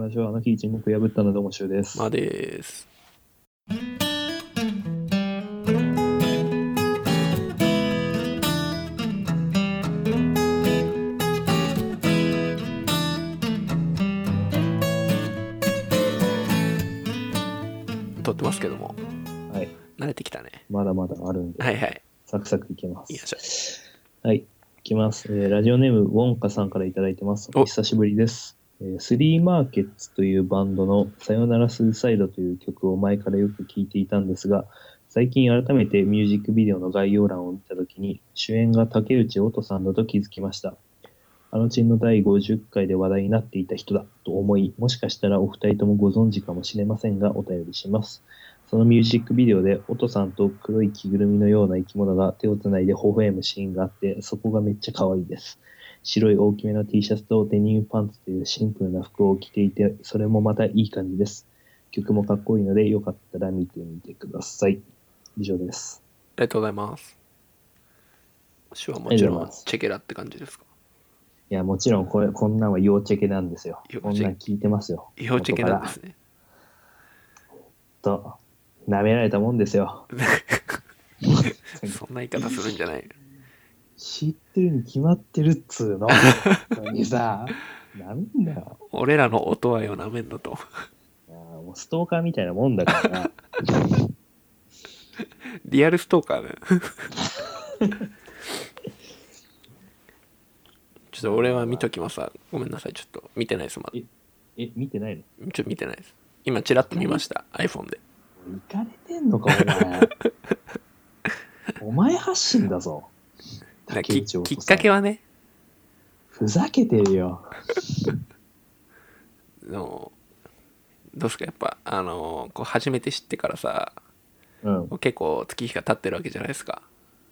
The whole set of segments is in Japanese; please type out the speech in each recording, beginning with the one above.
ラジオはあの日一目破ったので面白いです。まあです。撮ってますけども、はい。慣れてきたね。まだまだあるんで、はいはい。サクサクいきますよい。しょ。はい。いきます、えーラジオネーム、ウォンカさんからいただいてます。おお久しぶりです。えースリーマーケッツというバンドの「さよならスーサイド」という曲を前からよく聴いていたんですが最近改めてミュージックビデオの概要欄を見た時に主演が竹内音さんだと気づきましたあのちんの第50回で話題になっていた人だと思いもしかしたらお二人ともご存知かもしれませんがお便りしますそのミュージックビデオで、オトさんと黒い着ぐるみのような生き物が手をつないで微笑むシーンがあって、そこがめっちゃ可愛いです。白い大きめの T シャツとデニムパンツというシンプルな服を着ていて、それもまたいい感じです。曲もかっこいいので、よかったら見てみてください。以上です。ありがとうございます。手話もちありがとうござろいんますチェケラって感じですか。いや、もちろんこれ、こんなんは要チェケなんですよ要。チェこケんなん聞いてますよ。違法チェケなんですね。元から。と、舐められたもんです よ。そんな言い方するんじゃない。知ってるに決まってるっつ うの。本当にさ、なめんだよ。俺らの音合いをなめんだと。いやーもうストーカーみたいなもんだからな。 リアルストーカーね。ちょっと俺は見ときますわ。ごめんなさい。ちょっと見てないです。まだ。え、見てないのちょっと見てないです。今、ちらっと見ました。iPhone で。行かれてんのか、お前。お前発信だぞ。だからき音きさんっかけはね、ふざけてるよ。あのどうすか、やっぱ、あのこう初めて知ってからさ、うん、結構月日が経ってるわけじゃないですか。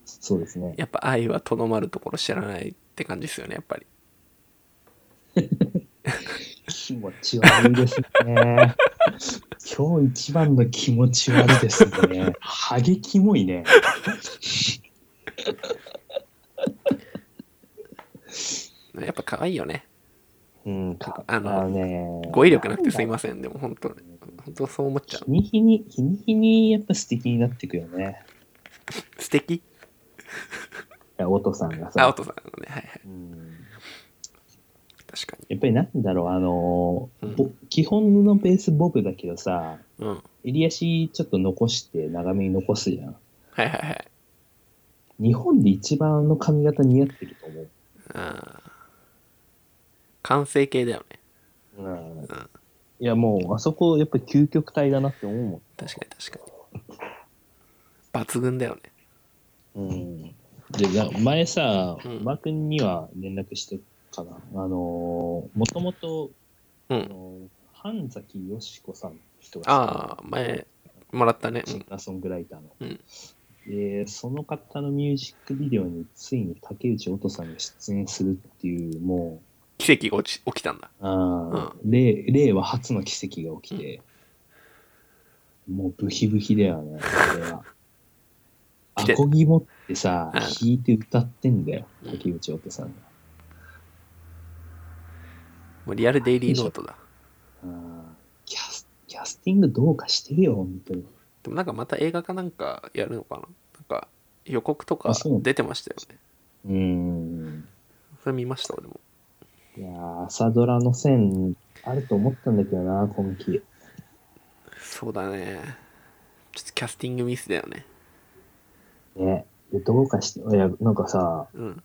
そうですね。やっぱ愛はとどまるところ知らないって感じですよね、やっぱり。気持ち悪いですね。 今日一番の気持ち悪いです ね。ハゲキモいね。やっぱ可愛いよね。うん、かあのね語彙力なくてすいませせん。でも本当、本当そう思っちゃう日。に日に、日に日にやっぱ素敵になっていくよね。素敵いや、おとさんがあ、おさ。父さんのね、はいはい。うん確かに。やっぱりなんだろう、あのーうんぼ基本のベースボブだけどさ、うん。はい襟足ちょっと残して長めに残すじゃん。はいはい。日本で一番あの髪型似合ってると思う。あー完成形だよね。うんんいやもう、あそこやっぱ究極体だなって思うもん。確かに確かに。抜群だよね。うん、でな前さ、うんマー君には連絡してかな。あのー、もともと、うあん。のー半崎よしこさんって人がああ、前、もらったね。シンガーソングライターの。うんで、その方のミュージックビデオについに竹内音さんが出演するっていう、も奇跡が落ち起きたんだ。う、あー令令和初の奇跡が起きて、もうブヒブヒだよね、これは。ア 来てコギ持ってさうん、弾いて歌ってんだよ、うん竹内音さんが。もうリアルデイリーノートだ。あーキャスキャスティングどうかしてるよ、本当に。でもなんかまた映画かなんかやるのかななんか予告とかあそう出てましたよね。うーん。それ見ました俺も。いやー朝ドラの線あると思ったんだけどな、今季。そうだね。ちょっとキャスティングミスだよね。ね、でどうかして、いや、なんかさ、うん。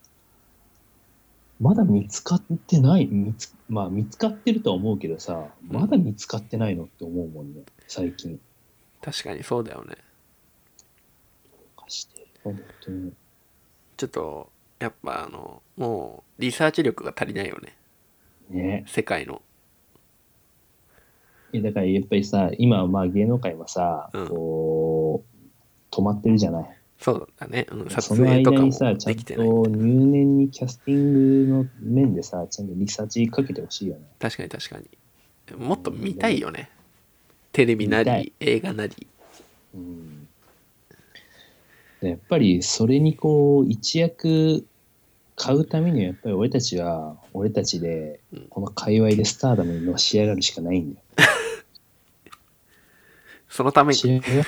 まだ見つかってない、見つまあ見つかってるとは思うけどさ、うんまだ見つかってないのって思うもんね、最近。確かにそうだよね。どうかして、本当に。ちょっと、やっぱあの、もうリサーチ力が足りないよね。ね。世界の。えだからやっぱりさ、今、まあ芸能界はさ、うんこう、止まってるじゃない。そうだね。うん、撮その影とか間もにさ、ちゃでんきとてない。入念にキャスティングの面でさ、ちゃんとリサーチかけてほしいよね。確かに確かに。もっと見たいよね。テレビな見たりい、映画なり。うんでやっぱりそれにこう一躍買うためにはやっぱり俺たちは、俺たちでうん、この界隈でスターダムにのし上がるしかないんだよ。そのため知に。り合いは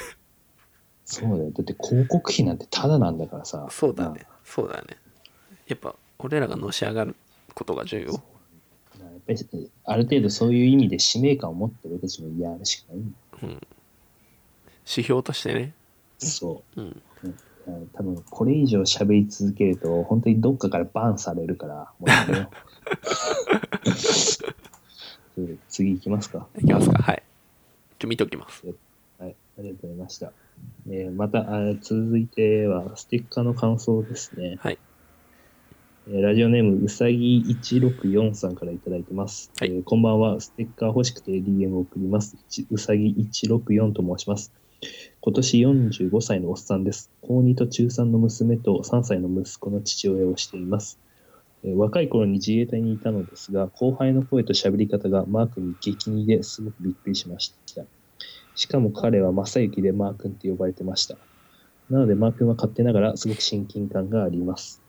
そうだよ。だって広告費なんてタダなんだからさ。そうだなね。そうだね。やっぱ、俺らがのし上がることが重要。あ。なあやっぱり、ある程度そういう意味で使命感を持って俺たちもやるしかないんだよ。指標としてね。そうん。う。うん多分これ以上喋り続けると、本当にどっかからバンされるから、もうやめよううん次行きますか。いきますか。はい。ちょ、見ておきます。はい、ありがとうございました。えーまたあ、続いては、ステッカーの感想ですね。はい。えーラジオネーム、うさぎ164さんからいただいてます。はいえーこんばんは、ステッカー欲しくて DM を送ります。いちうさぎ164と申します。今年45歳のおっさんです。高2と中3の娘と3歳の息子の父親をしています。えー若い頃に自衛隊にいたのですが、後輩の声と喋り方がマー君に激似ですごくびっくりしました。しかも彼は正幸でマー君って呼ばれてました。なのでマー君は勝手ながらすごく親近感があります。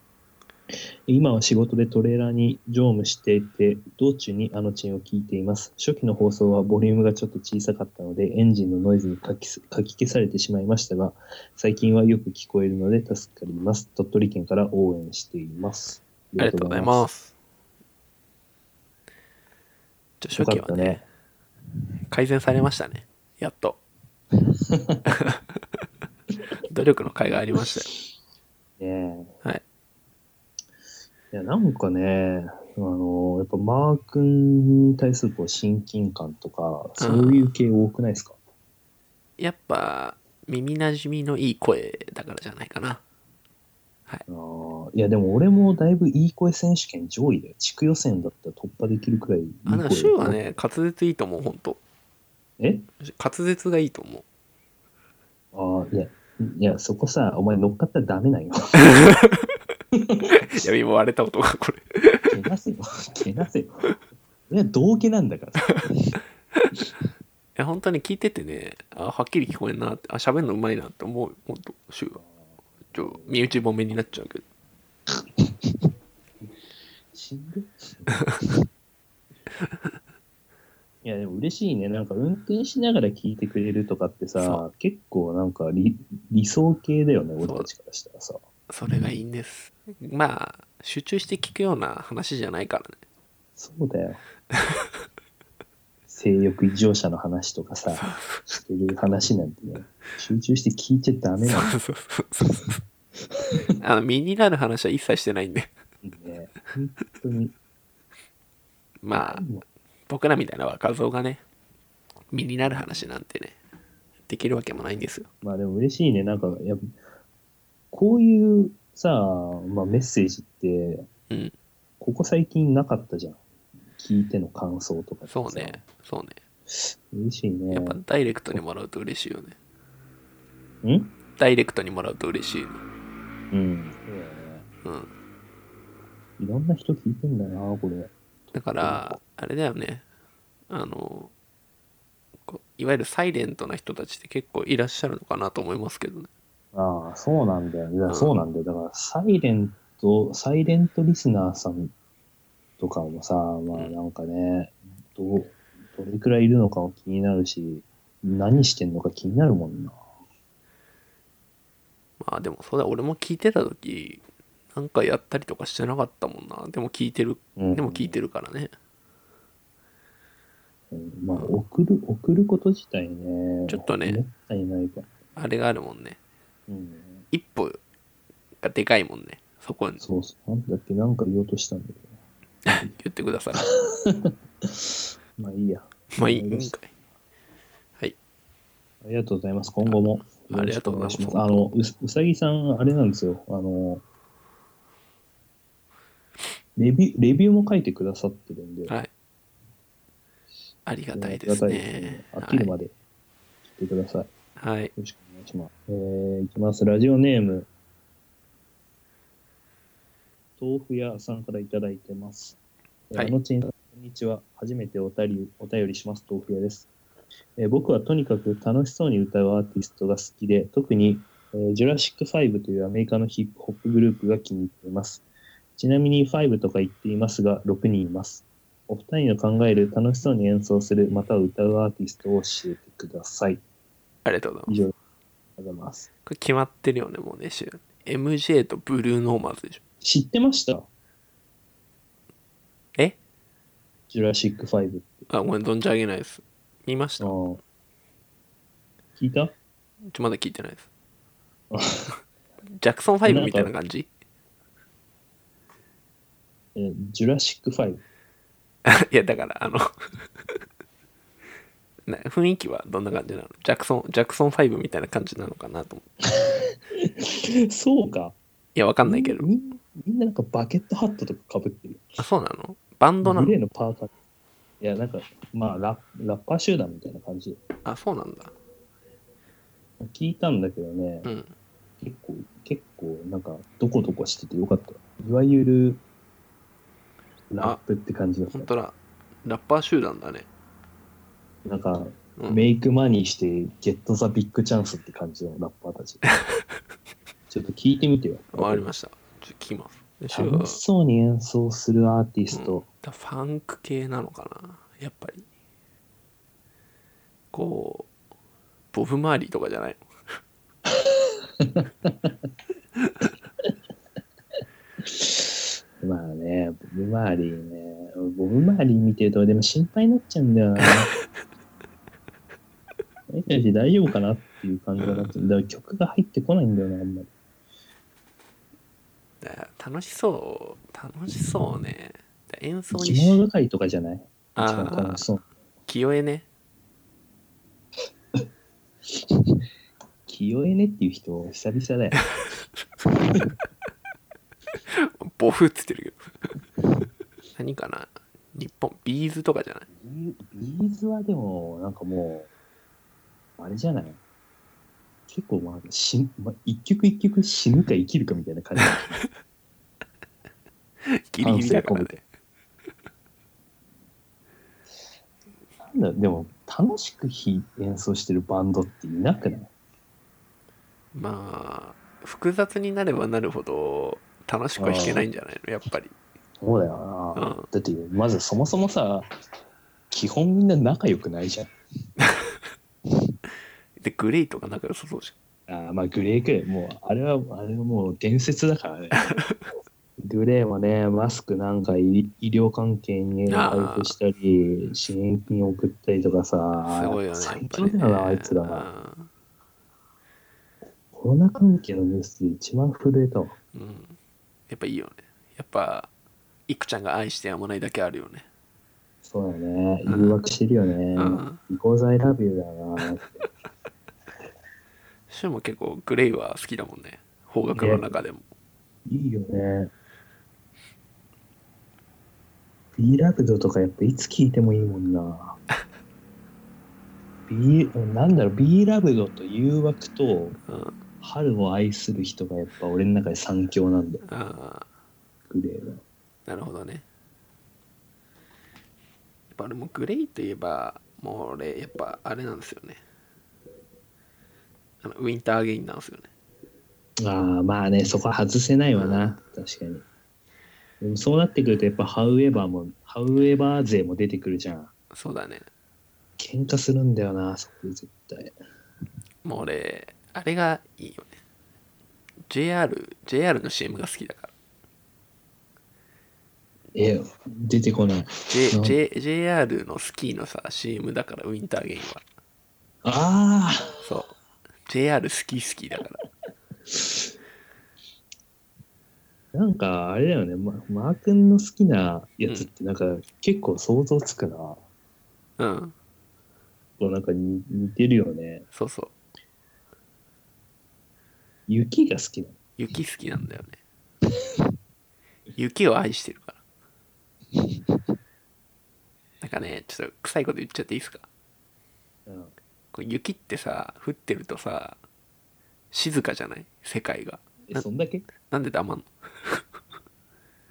今は仕事でトレーラーに乗務していて、道中にあのチンを聞いています。初期の放送はボリュームがちょっと小さかったので、エンジンのノイズにかきすかき消されてしまいましたが、最近はよく聞こえるので助かります。鳥取県から応援しています。ありがとうございます。じゃ、初期よかはったねね、改善されましたね。やっ と。努力の甲斐がありましたよ。ねえ。はい。いや、なんかね、あの、やっぱマー君に対するこう親近感とか、そういう系多くないですかやっぱ、耳なじみのいい声だからじゃないかな。あーいや、でも俺もだいぶいい声選手権上位だよ。地区予選だったら突破できるくらいいいあ、声なんか、シュウは。ね、滑舌いいと思う、ほんと。え滑舌がいいと思う。あーいや、いや、そこさ、お前乗っかったらダメなんよ。 いや、今割れた音がこれ。けなせよ。けなせよ。いや、同家なんだからさ。いや、本当に聞いててね、あ、はっきり聞こえんなって、あ、喋るのうまいなって思う、ほんと、シュウは。ちょ、身内褒めになっちゃうけど。死んで いやでも嬉しいねなんか運転しながら聞いてくれるとかってそさ結構なんか理理想系だよねそう俺たちからしたらさそれがいいんです。まあ、集中して聞くような話じゃないからね。そうだよ性欲異常者の話とかさしてる話なんてね集中して聞いちゃダメなんだ そうそうそうそう。あの、身になる話は一切してないんで。よね本当にまあ、僕らみたいな若造がね、身になる話なんてね、できるわけもないんですよ。まあでも嬉しいねなんかやっぱこういうさ、まあ、メッセージってうん。ここ最近なかったじゃん。聞いての感想とかってさそうね。。そうね。嬉しいね。やっぱダイレクトにもらうと嬉しいよね。うんダイレクトにもらうと嬉しいね。うん。そうだよね。うん。いろんな人聞いてんだな、これ。だから、あれだよね。あの、こういわゆるサイレントな人たちって結構いらっしゃるのかなと思いますけどね。ああ、そうなんだよ。いやうんそうなんだよ。だから、サイレント、サイレントリスナーさんとかもさ、まあうんなんかね、どう、どれくらいいるのかも気になるし、何してんのか気になるもんな。まあでもそうだ、俺も聞いてた時、なんかやったりとかしてなかったもんな。でも聞いてる、うん、でも聞いてるからね。うんまあ、送る、送ること自体ね、ちょっとねめったにないから。あれがあるもんね。うん一歩がでかいもんね。そこにそうそう。なんだっけ、なんか言おうとしたんだけど。 言ってください。まあいいや。まあいいんかい。はい。ありがとうございます。今後もあありがとうございますよろしくお願いしますあの、ううさぎさん、あれなんですよ。あの、レビュー、レビューも書いてくださってるんで。はい。ありがたいあでりすがたいですねね。飽きるまで来てください。よはい。はい。ろしくお願いします。えー、いきます。ラジオネーム。豆腐屋さんからいただいてます。はいあのちんさん、こんにちは。初めてお便りお便りします、豆腐屋です。えー僕はとにかく楽しそうに歌うアーティストが好きで、特に、えージュラシック5というアメリカのヒップホップグループが気に入っています。ちなみに5とか言っていますが、6人います。お二人の考える楽しそうに演奏する、または歌うアーティストを教えてください。ありがとうございま以す。上、ありがとうございます。これ決まってるよね、もうね、週。MJ とブルーノーマーズでしょ。知ってましたえジュラシック5って。あ、ごめん、存じ上げないです。見ましたああちょ、聞いたまだ聞いてないです。ジャクソン5みたいな感じえージュラシック5。いや、だから、あの な、雰囲気はどんな感じなのジャクソン、ジャクソン5みたいな感じなのかなと思って。そうか。いや、わかんないけど。みんみんななんかバケットハットとか被ってる。あ、そうなのバンドなグレーののパーカー。いや、なんか、まあラ、ラッパー集団みたいな感じ。あ、そうなんだ。聞いたんだけどね、うん。結構、結構、なんか、どこどこしててよかった。いわゆる、ラップって感じだっほんた。とだ。ラッパー集団だね。なんか、うん、メイクマニーして、ゲットザビッグチャンスって感じのラッパーたち。 ちょっと聞いてみてよ。わかりました。ちょっと聞きます。でシュ楽しそうに演奏するアーティスト。だファンク系なのかなやっぱり。こう、ボブ・マーリーとかじゃないまあね、ボブ・マーリーね。ボブ・マーリー見てると、でも心配になっちゃうんだ よな。大丈夫大丈夫かなっていう感じになっちゃう。だから曲が入ってこないんだよな、あんまり。のだ楽しそう。楽しそうね。だ演奏に着物し、使いとかじゃない一番あ楽しーそう。清江ね。清えねっていう人、久々だよ。ボフっつってる けど。何かな日本、ビーズとかじゃないビビーズはでも、なんかもう、あれじゃない結構、まあ、しまあ、一曲一曲死ぬか生きるかみたいな感じ。ギリギリだからね。なんだろうでも、楽しく弾い演奏してるバンドっていなくないまあ、複雑になればなるほど楽しくは弾けないんじゃないのやっぱり。そうだよな、うんだってまずそもそもさ基本みんな仲良くないじゃんで、グレイとか仲良さそうじあーまあグレーくらいもうあれはあれはもう伝説だ からねグレーもねマスクなんか医医療関係に配あー布したり支援金送ったりとかゃん。さすごいよね。やっ最ぱ強りだねよな、あいつらはうんコロナ関係のニュースで一番震えたわうん。やっぱいいよね。やっぱ、いくちゃんが愛してやまないだけあるよね。そうだねうん誘惑してるよね、うん。 Because I love you だなシュンも結構グレイは好きだもんね。邦楽の中でも。いいよね。B ラブドとかやっぱいつ聴いてもいいもんな。B、なんだろう、B ラブドと誘惑とうん。春を愛する人がやっぱ俺の中で三強なんだよ、ああ、グレーは。なるほどね。やっぱ俺もグレイといえば、もう俺、やっぱあれなんですよね。あのウィンターアゲインなんですよね。ああ、まあね、そこは外せないわな、確かに。でもそうなってくるとやっぱハウエバーも、ハウエバー勢も出てくるじゃん。そうだね。喧嘩するんだよな、そこで絶対。もう俺、あれがいいよね。JR、JR の CM が好きだから。え、出てこない。 J うん J JR のスキーのさ CM だからウィンターゲインはああそう JR スキースキーだからなんかあれだよね、ま、マー君の好きなやつってなんか結構想像つくな。こうんうなんかに似てるよね。そうそう雪が好きなの。雪好きなんだよね雪を愛してるからなんかねちょっと臭いこと言っちゃっていいですかうん、こう雪ってさ降ってるとさ静かじゃない世界がえ、そんだけなんで黙んの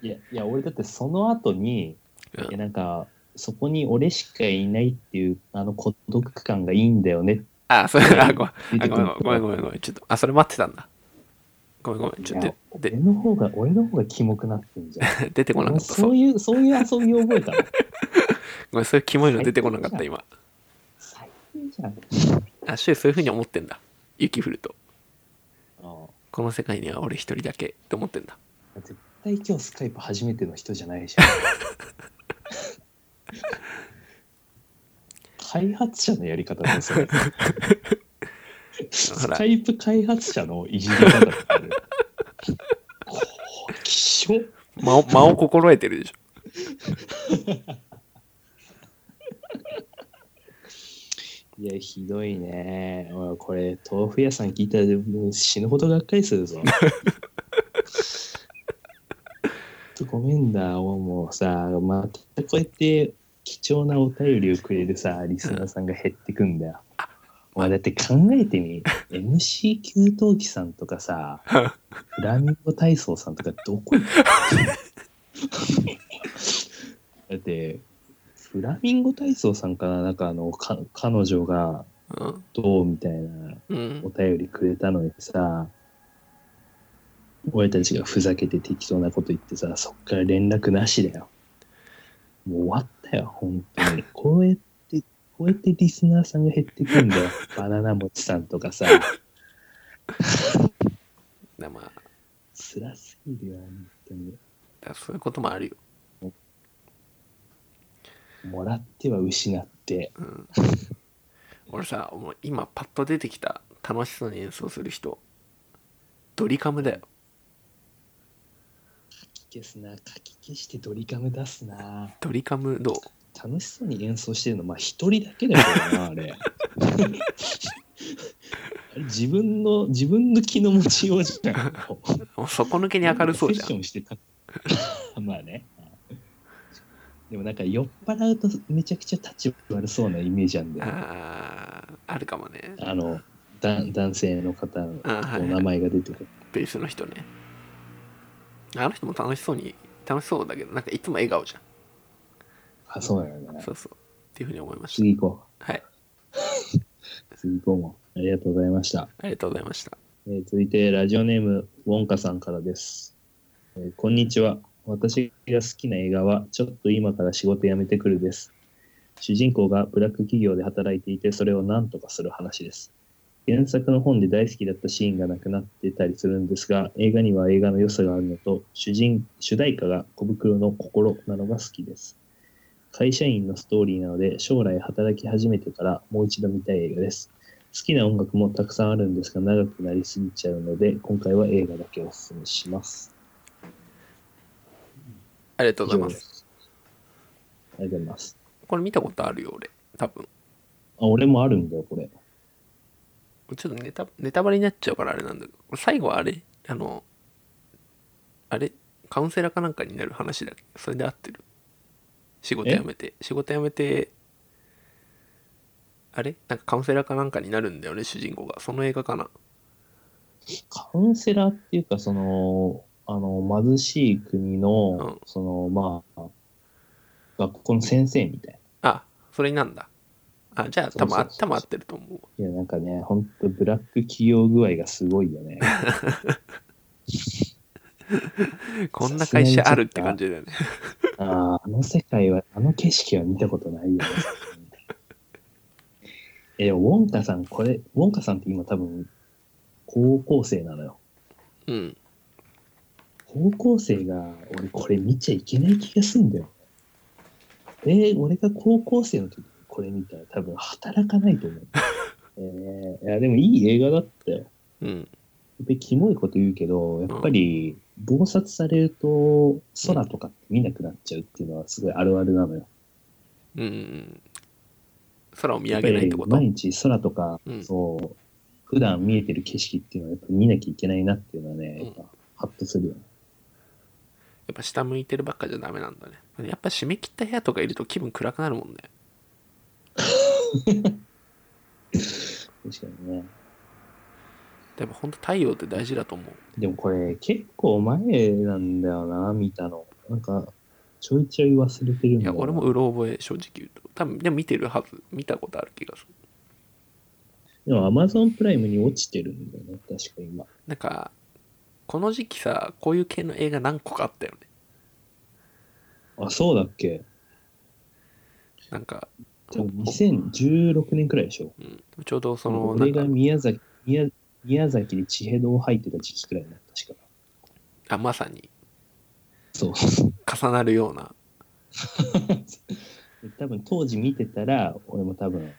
いや、いや俺だってその後に、うんいやなんかそこに俺しかいないっていうあの孤独感がいいんだよねってあそれあごめん出てくあごるめんごめんごめんごめんちょっとあそれ待ってたんだごめんごめん。ちょっいやとで俺の方が、俺の方がキモくなって んじゃん。で出てこなかった。そうそういう、そういう遊びを覚えたの。ごめん、そういうキモいの出てこなかった、今。最近じゃん。あ、シュウそういうふうに思ってんだ。雪降ると。あこの世界には俺一人だけって思ってんだ。あ絶対今日スカイプ初めての人じゃないじゃん。開発者のやり方だよそれ。スカイプ開発者のいじり方だったね。こう、きしょ。間を間を心得てるでしょ。いや、ひどいね。おいこれ、豆腐屋さん聞いたらもう死ぬほどがっかりするぞ。ちょっとごめんな、もうさ、またこうやって貴重なお便りをくれるさ、リスナーさんが減ってくんだよ。まあ、だって考えてみ、MC 給湯器さんとかさ、フラミンゴ体操さんとかどこ行っただって、フラミンゴ体操さんかな、なんかあの、か彼女がうん。どうみたいなうんお。便りくれたのにさ、俺たちがふざけて適当なこと言ってさ、そっから連絡なしだよ。もう終わったよ、本当に。こうやって、こうやってリスナーさんが減ってくんだよ。バナナ持ちさんとかさ、だまあ、だか辛すぎるよ、本当に。らそういうこともあるよ。もらっては失って。うん。 俺さ、もう今パッと出てきた楽しそうに演奏する人、ドリカムだよ。消すな、書き消してドリカム出すな。ドリカムどう楽しそうに演奏してるのまあ一人だけだからなあ れあれ自分の自分の気の持ちようじゃんもう底抜けに明るそうじゃセッシ ん。ョンしてたまあねでもなんか酔っ払うとめちゃくちゃ立ち悪そうなイメージなんだよああ、あるかもね。あのだ男性の方のあはいお名前が出てくるベースの人ね。あの人も楽しそうに、楽しそうだけど、なんかいつも笑顔じゃあそうなんだん。ねそうそう。っていうふうに思いまし次行こた。はうい。次行こうもありがとうございましたありがとうございました。えー続いてラジオネームウォンカさんからです、えーこんにちは私が好きな映画はちょっと今から仕事辞めてくるです主人公がブラック企業で働いていてそれを何とかする話です原作の本で大好きだったシーンがなくなってたりするんですが映画には映画の良さがあるのと主人主題歌が小袋の心なのが好きです会社員のストーリーなので将来働き始めてからもう一度見たい映画です好きな音楽もたくさんあるんですが長くなりすぎちゃうので今回は映画だけおすすめします。ありがとあうございます。ありがとうございます。これ見たことあるよ、俺。多分。あ俺もあるんだよ、これ。ちょっとネタネタバレになっちゃうからあれなんだけど、これ最後はあれあの、あれカウンセラーかなんかになる話だっけそれで合ってる仕事え辞めて。仕事辞めて、あれなんかカウンセラーかなんかになるんだよね、主人公が。その映画かな。カウンセラーっていうか、その、あの、貧しい国の、うんその、まあ、学校の先生みたいあ、それになんだ。あ、じゃあ、そうそうそう多分あ多分合ってると思うわ。な。いや、なんかね、ほんとブラック企業具合がすごいよね。こんな会社あるって感じだよね。ああ、あの世界は、あの景色は見たことないよね。え、ウォンカさん、これ、ウォンカさんって今多分、高校生なのよ。うん。高校生が、俺これ見ちゃいけない気がすんだよ。えー俺が高校生の時にこれ見たら多分働かないと思う。えーいや、でもいい映画だったよ。うん。で、キモいこと言うけど、やっぱり、暴殺されると、空とかって見なくなっちゃうっていうのはすごいあるあるなのよ。うんうん。空を見上げないってこと毎日空とか、うんそう、普段見えてる景色っていうのはやっぱ見なきゃいけないなっていうのはね、やっぱ、ハッとするよね。やっぱ下向いてるばっかじゃダメなんだね。やっぱ締め切った部屋とかいると気分暗くなるもん確ね。かにね。でも本当太陽って大事だと思う。でもこれ、結構前なんだよな、見たの。なんか、ちょいちょい忘れてるんいだよや、な俺もうろ覚え、正直言うと。多分、でも見てるはず。見たことある気がする。でも、アマゾンプライムに落ちてるんだよね、確か今。なんか、この時期さこういう系の映画何個かあったよねあ、そうだっけなんか多分2016年くらいでしょ。うん、ちょうどそのな俺んかが宮崎宮宮崎で地平道入ってた時期くらいな、確か。あまさにそう。重なるようなで 多分当時見てたら、俺も多分、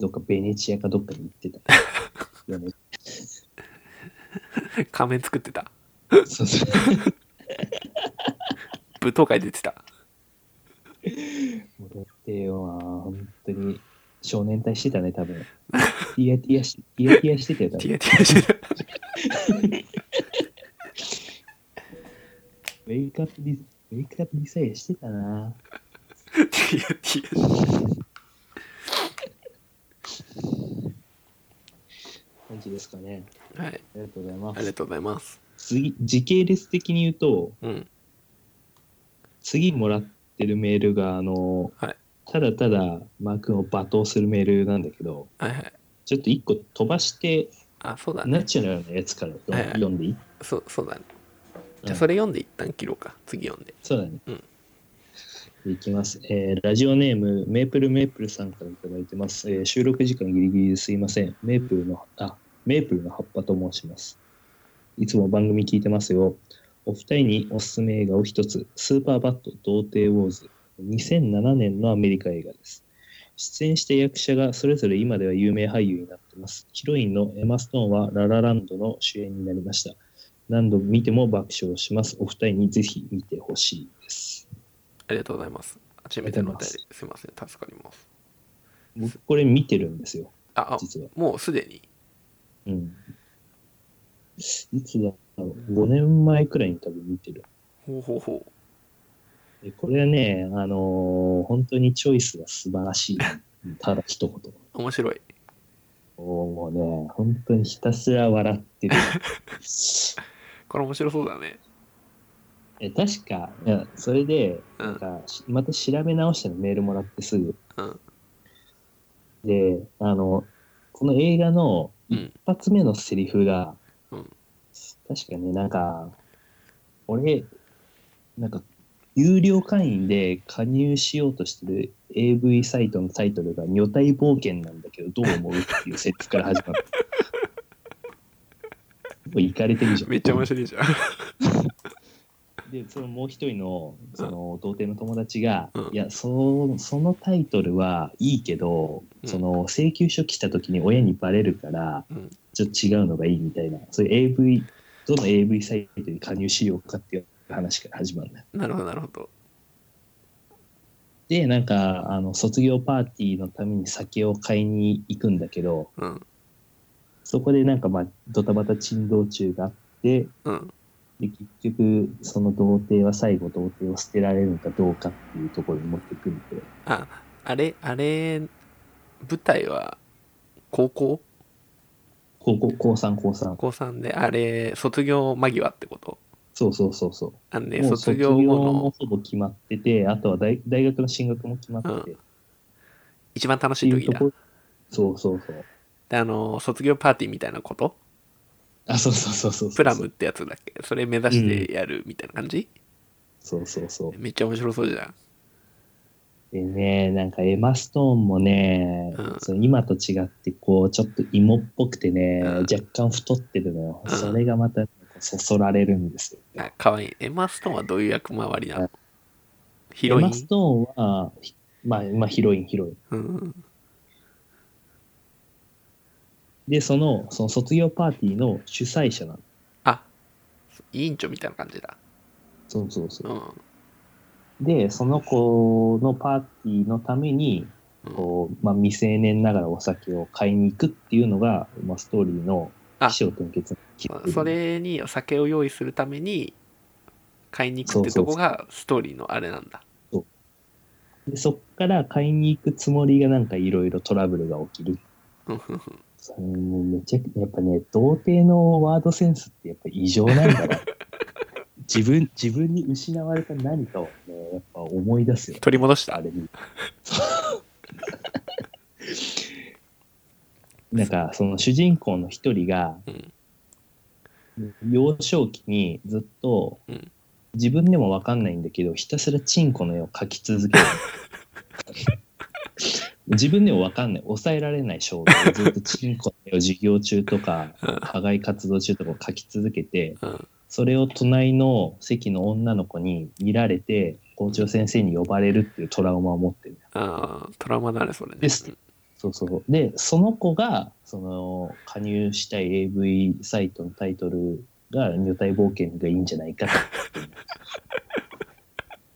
どっかベネチアかどっかに行って た。いやもう仮面作ってたそうそう舞踏会出てたもうだってよ、本当に少年隊してたね、多分。ティアティアしティアティアしてたよ、多テ 分。ィアティアしてたウェイクアップリウェイクアップリサイアしてたな。ティアティア感じですかね。はいありがとうございまありがす。とうございます次、時系列的に言うと、うん次もらってるメールが、あの、はいただただマー君を罵倒するメールなんだけど、はいはいちょっと一個飛ばして、あそうだねナチュラルなやつから読んはいはい読んでいいそうそうだねうじゃんあそれ読んで一旦切ろうか次読んでそうだね。うんいきます、えーラジオネーム、メープルメープルさんからいただいてます。えー収録時間ギリギリですいません。メープルの、あ、メープルの葉っぱと申します。いつも番組聞いてますよ。お二人におすすめ映画を一つ、スーパーバット童貞ウォーズ、2007年のアメリカ映画です。出演した役者がそれぞれ今では有名俳優になってます。ヒロインのエマ・ストーンはララランドの主演になりました。何度見ても爆笑します。お二人にぜひ見てほしいです。ありがとうございます初めてのお便りすいません助かります僕これ見てるんですよ、ああ実は。もうすでにうん。いつだろう ?5 年前くらいに多分見てる。ほうほうほうでこれはね、あのー本当にチョイスが素晴らしい。ただ一言。面白いもうね、本当にひたすら笑ってる。これ面白そうだねえ確か、いやそれで、うなんんか、しまた調べ直したのメールもらってすぐ。うんで、あの、この映画のうん一発目のセリフが、うん確かね、なんか、俺、なんか、有料会員で加入しようとしてる AV サイトのタイトルが、女体冒険なんだけど、どう思うっていうセリフから始ま る。もう行かれてるじゃん。めっちゃ面白いじゃん で、そのもう一人の、その、童貞の友達が、うんいや、そ、そのタイトルはいいけど、うんその、請求書来た時に親にバレるから、うんちょっと違うのがいいみたいな、そういう AV、どの AV サイトに加入しようかっていう話から始まるんだよ。なるほどなるほどで、なんか、あの、卒業パーティーのために酒を買いに行くんだけど、うんそこでなんか、まあ、ドタバタ珍道中があって、うんで結局その童貞は最後童貞を捨てられるのかどうかっていうところに持ってくるんでああれあれ舞台は高校高校高3高3高3であれ卒業間際ってことそうそうそうそあのうねもう卒業後ものほぼ決まっててあとは大大学の進学も決まってて、うっん一番楽てしいいう時とだこそうそうそうであの卒業パーティーみたいなことあそうそうそうそうそうプラムってやつだっけそれ目指してやるみたいな感じ、そうそうそうめっちゃ面白そうじゃんでねなんかエマ・ストーンもね、うんその今と違ってこうちょっと芋っぽくてね、うん若干太ってるのよ、うんそれがまたそそられるんですよあかわいいエマ・ストーンはどういう役回りなのヒロイエンマ・ストーンは、ひまあ、まあ、ヒロイン、ヒロイン。うんで、その、その卒業パーティーの主催者なの。あ委員長みたいな感じだそうそううそんう。で、その子のパーティーのために、うんこう、まあ、未成年ながらお酒を買いに行くっていうのが、まあ、ストーリーのあ起承転結の決まりそれにお酒を用意するために買いに行くってとこがストーリーのあれなんだで、そっから買いに行くつもりがなんかいろいろトラブルが起きる。うんうんうんそれもめちゃくやっぱね、童貞のワードセンスってやっぱ異常なん だな。自分、自分に失われた何かをね、やっぱ思い出すよ。取り戻したあれに。 なんか、その主人公の一人が、うん幼少期にずっとうん自分でもわかんないんだけどひたすらチンコの絵を描き続 ける自分でもわかんない抑えられない衝動ずっとチンコの絵を授業中とかうん課外活動中とかを描き続けてうんそれを隣の席の女の子に見られて校長先生に呼ばれるっていうトラウマを持ってるああトラウマだねそれねですそうそう。で、その子が、その、加入したい AV サイトのタイトルが、女体冒険がいいんじゃないか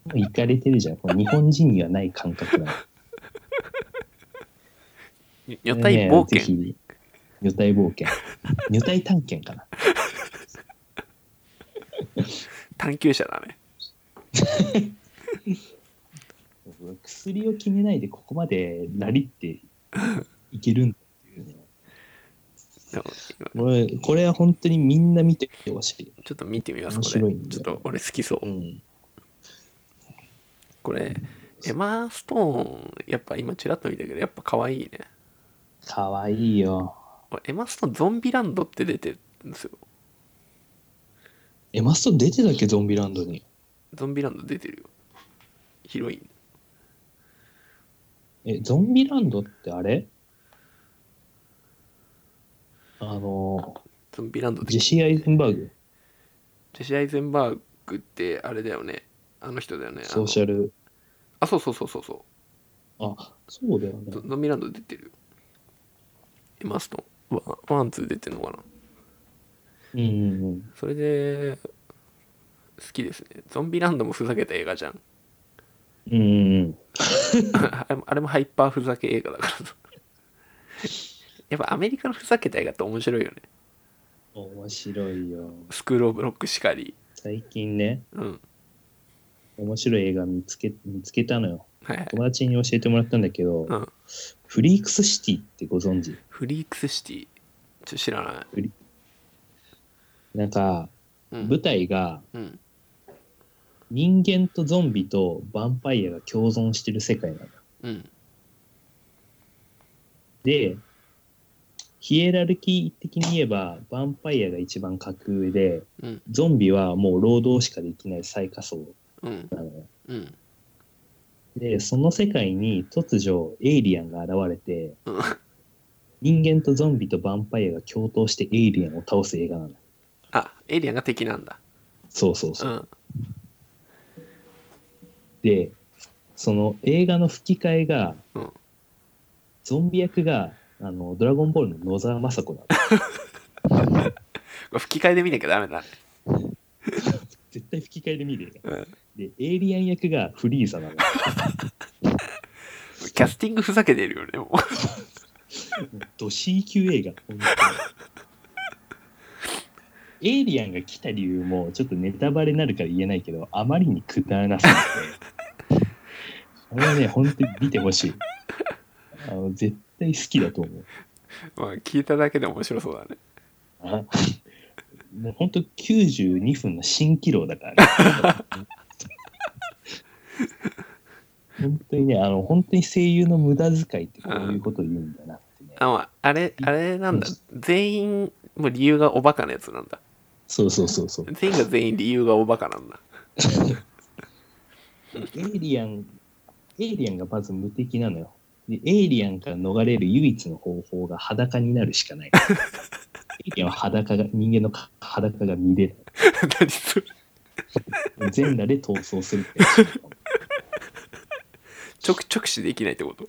と。 もう行かれてるじゃん。この日本人にはない感覚だ。うん女体冒ねぜ険ひ女体冒険。女体探検かな。探求者だね薬を決めないでここまでラリっていけるんだっていうね。でも今これ、これは本当にみんな見てほしい。ちょっと見てみます面これ白いんでちょっと俺好きそううん。これエマー・ストーンやっぱ今ちらっと見たけどやっぱ可愛いねかわいいよ。俺エマー・ストーンゾンビランドって出てるんですよエマスト出てたっけゾンビランドに。ゾンビランド出てるよヒロインえ、ゾンビランドってあれあの、ゾンビランドでジェシー・アイゼンバーグ、ジェシー・アイゼンバーグってあれだよねあの人だよねあのソーシャル。あそうそうそうそうそあ、そうだようねゾ。ゾンビランド出てるよエマー・ストーンワンワンツー出てるのかなうんうんうん。それで好きですねゾンビランドもふざけた映画じゃんうんうんうん。あれも あれもハイパーふざけ映画だからさ やっぱアメリカのふざけた映画って面白いよね面白いよ。スクール・オブ・ロックしかり最近ね、うん面白い映画見つけ見つけたのよ。はいはい友達に教えてもらったんだけど、うんフリークスシティってご存知フリークスシティちょっと知らないなんか、うん舞台がうん人間とゾンビとヴァンパイアが共存してる世界なの。うんで、ヒエラルキー的に言えば、ヴァンパイアが一番格上で、うんゾンビはもう労働しかできない最下層うんなのよ。うんで、その世界に突如、エイリアンが現れて、うん人間とゾンビとヴァンパイアが共闘してエイリアンを倒す映画なの。あエイリアンが敵なんだそうそううそう。んで、その映画の吹き替えが、うんゾンビ役が、あの、ドラゴンボールの野沢雅子なの。これ吹き替えで見なきゃダメだね絶対吹き替えで見る映画うんで、エイリアン役がフリーザなの。キャスティングふざけてるよねもうド C 級映画本当にエイリアンが来た理由もちょっとネタバレになるから言えないけどあまりにくだらなさくてこれはね本当に見てほしいあの絶対好きだと思う まあ聞いただけで面白そうだねあもう本当92分の蜃気楼だから、ね、本当にねあの本当に声優の無駄遣いってこういうことを言うんだなってねあまああれあれなんだ全員もう理由がおバカなやつなんだそうそうそうそう全員が全員理由がおバカなんだ エイリアン、エイリアンがまず無敵なのよ。で、エイリアンから逃れる唯一の方法が裸になるしか ない。エイリアンは裸が、人間のか裸が見れ何それない。全裸で逃走するってやつ。直直視できないってこと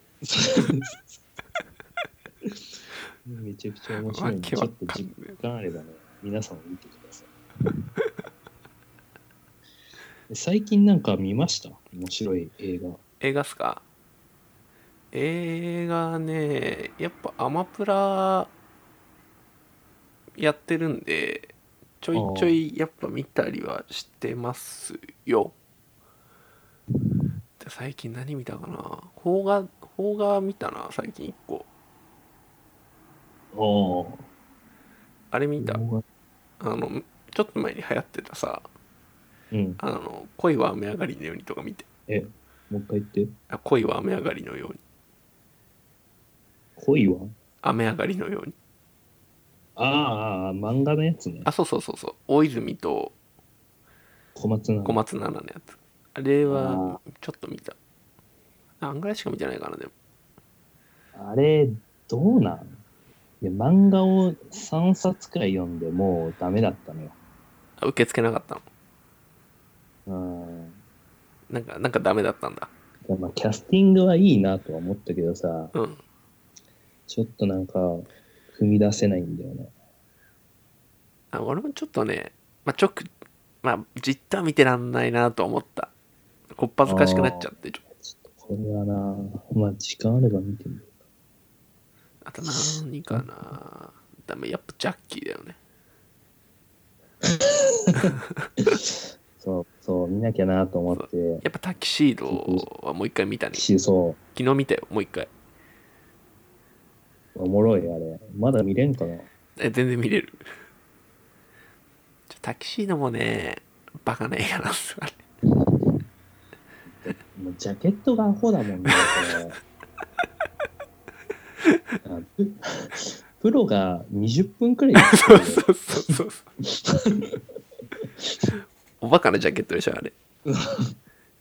めちゃくちゃ面白いんで、わけちょわっとかん時ない間あればね、皆さんも見てください。最近なんか見ました面白い映画。映画っすか映画ねやっぱアマプラやってるんでちょいちょいやっぱ見たりはしてますよで最近何見たかな邦画邦画見たな最近1個おーあれ見たあのちょっと前に流行ってたさうん。あの恋は雨上がりのようにとか見てえ、もう一回言って。あ恋は雨上がりのように恋は雨上がりのようにああああ、漫画のやつね。あそうそうそうそう大泉と小松菜小奈。松菜奈のやつあれはちょっと見たああんぐらいしか見てないからでもあれ、どうなんいや漫画を3冊くらい読んでもうダメだったのよ。あ受け付けなかったのうん。なんかなんかダメだったんだいやまあ、キャスティングはいいなとは思ったけどさ、うんちょっとなんか、踏み出せないんだよね。あ俺もちょっとね、まあ、ちょくまあじっとは見てらんないなと思ったこっぱずかしくなっちゃってちょちょっとこれはな、まあ時間あれば見てみる。あと何かなダメやっぱジャッキーだよねそう、そう、見なきゃなと思って、やっぱタキシードはもう一回見たねし、そ昨日見たよもう一回う、おもろい、あれ。まだ見れんかなえ全然見れる ちょタキシードもねバカな映画なんですよあれもうジャケットがアホだもんね、 これ。あププロが20分くらいやってそるうそうそうそうそう。おバカなジャケットでしょ、あれ。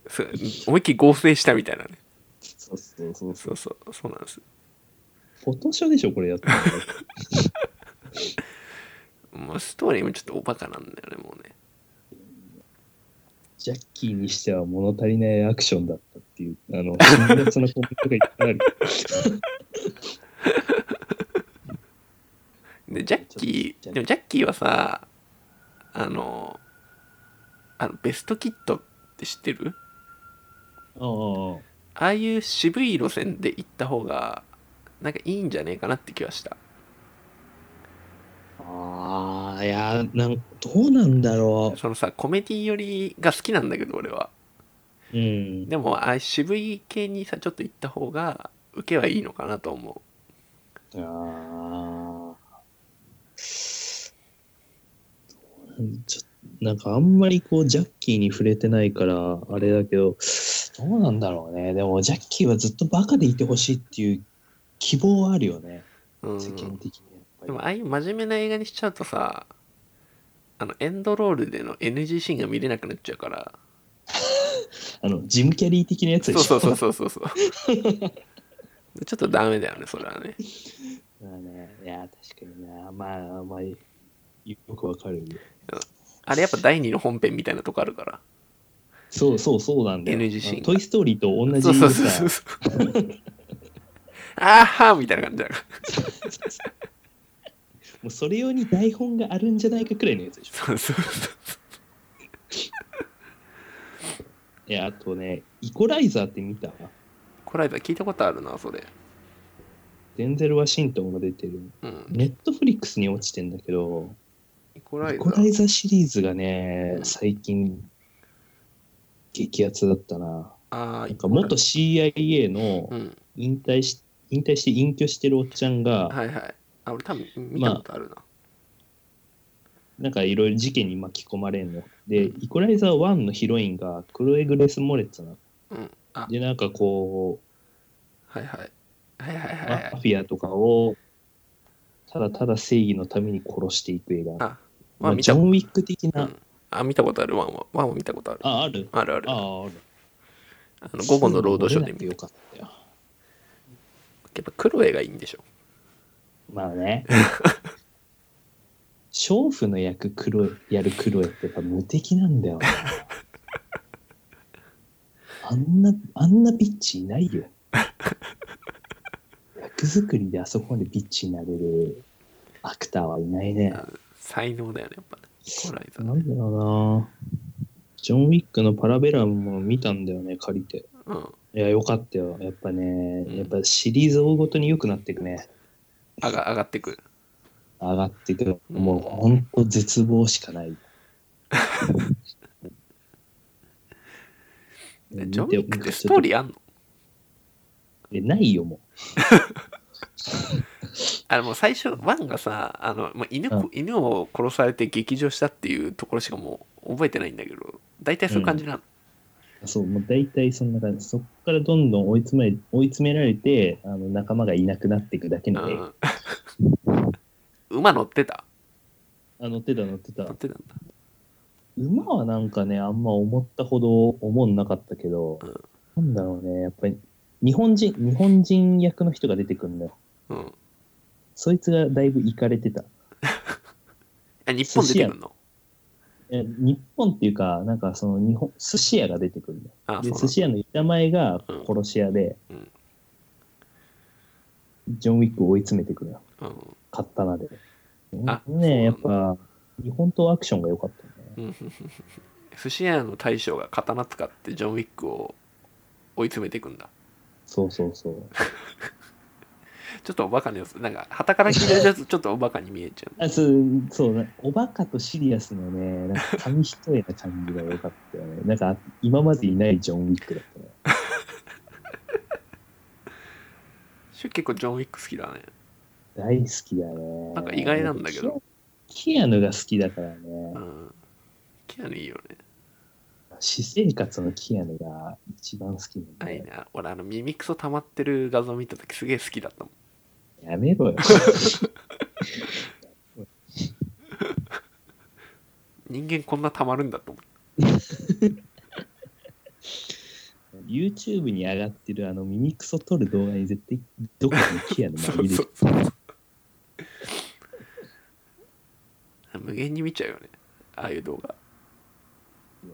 そう思いっきり合成したみたいなね。そうそうそうそ。そううそう、そうなんです。フォトショーでしょ、これやってるのもうストーリーもちょっとおバカなんだよね、もうね。ジャッキーにしては物足りないアクションだったっていう、あの、辛辣なコメントがいっぱいある。で、ジャッキちょー、っとでもジャッキーはさ、あの、あのベストキットって知ってる あああいう渋い路線で行った方が、なんかいいんじゃねえかなって気はした。あああ、いや、なんどうなんだろそのさ、コメディ寄りが好きなんだけど、俺は。う。うん。でもああ渋い系にさちょっと行った方が受けはいいのかなと思ああ。どうなんちょなんかあんまりこうジャッキーに触れてないからあれだけどどうなんだろうねでもジャッキーはずっとバカでいてほしいっていう希望はあるよねう、うん、世間で的にやっぱり、もああいう真面目な映画にしちゃうとさあのエンドロールでの NG シーンが見れなくなっちゃうからあのジム・キャリー的なやつでしそょうそうそうそうそうそう ちょっとダメだよねそれはね まあね、いや、確かにな。まあ、まあ、よくわかる。あれやっぱ第二の本編みたいなとこあるからそうそうそうなんだよ。 NG シーンがあのトイ・ストーリーと同じそうそ うそうそうさそう あーはーみたいな感じだからもうそれ用に台本があるんじゃないかくらいのやつでしょ。そうそうそういや、あとね、イコライザーって見たこないだ聞いたことあるなそれデンゼル・ワシントンが出てる。うんネットフリックスに落ちてんだけど、イコライイザコラーイザーシリーズがね、最近、激アツだったな。あなんーか元 CIA のうん引退し、引退して隠居してるおっちゃんが、はいはい。あ、俺多分見たことあるな。なんかいろいろ事件に巻き込まれんの。で、イコライザー1のヒロインがクロエ・グレス・モレッツなの。うん。あ、で、なんかこ、はいはい。はいはいうはマいはフい。ィアとかをただただ正義のために殺していく映画。あ、ままああ、見ジたョこン・ウィック的と、うな。ん、あ、見たことある。ワンは。ワンは見たことある。あ、あるあるある。ああある。の午後の労働省で見見てる。よかったよ。やっぱクロエがいいんでしょ。まあ ね。娼婦の役クロエやるクロエってやっぱ無敵なんだよな。あんな、あんなビッチいないよ。役作りであそこまでビッチになれるアクターはいないね。あ才能だよね、やっぱ、ね。イコライザー。なんだろうな。ジョン・ウィックのパラベラムも見たんだよね、借りて。うん。いや、よかったよ。やっぱね、やっぱシリーズを追うごとに良くなっていくね。あが上がってく。上がっていくのうんもう本当絶望しかない。 えジョンウィックってストーリーーあんのないよ、もあのもう最初、ワンがさ、あのもう犬うんこ犬を殺されて劇場したっていうところしかもう覚えてないんだけど、大体そういう感じなう。の。そう、もう大体そんな感じ。そこからどんどん追い詰め追い詰められて、あの仲間がいなくなっていくだけうの映ん画。う馬乗ってたあ、乗ってた乗ってた乗っ。てたんだ馬はなんかね、あんま思ったほど思んなかったけどうん、なんだろうね、やっぱり日本人、日本人役の人が出てくるんだよ。うんそいつがだいぶいかれてた。あ日本出てくんのえ日本っていうか、なんかその日本、寿司屋が出てくるんだよ。あでそうなんだ寿司屋の板前がうん殺し屋で、うんジョン・ウィックを追い詰めてくるようん刀で。あねやっそうぱ、日本とアクションが良かったね。うん寿司屋の大将が刀使ってジョン・ウィックを追い詰めていくんだそうそうそう。ちょっとおバカなやつなんか旗から聞いてるやつちょっとおバカに見えちゃあそうそうね、おバカとシリアスのね、なんか紙一重な感じが良かったよね。 なんか、今までいないジョン・ウィックだったね。うシュ結構ジョン・ウィック好きだね大好きだね。なんか意外なんだけどキア。キアヌが好きだからねう。んキアヌいいよね私生活のキアヌが一番好きなんあだいいよ。な俺あの耳くそ溜まってる画像見た時すげえ好きだったもんやめ ろよ。人間こんな溜まるんだと思 YouTube に上がってるあの耳クソ取る動画に絶対どこかにキアヌうがそういそるう。そう無限に見ちゃうよねああいう動画あの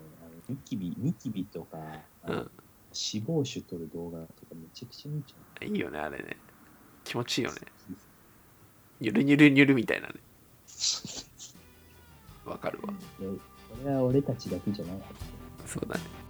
ニキビ、ニキビとか、あうのん死亡種取る動画とかめちゃくちゃ見ちゃう。いいよねあれね気持ちい いよね好きゆるゆるゆるみたいなねわかるわいやこれは俺たちだけじゃないはずそうだね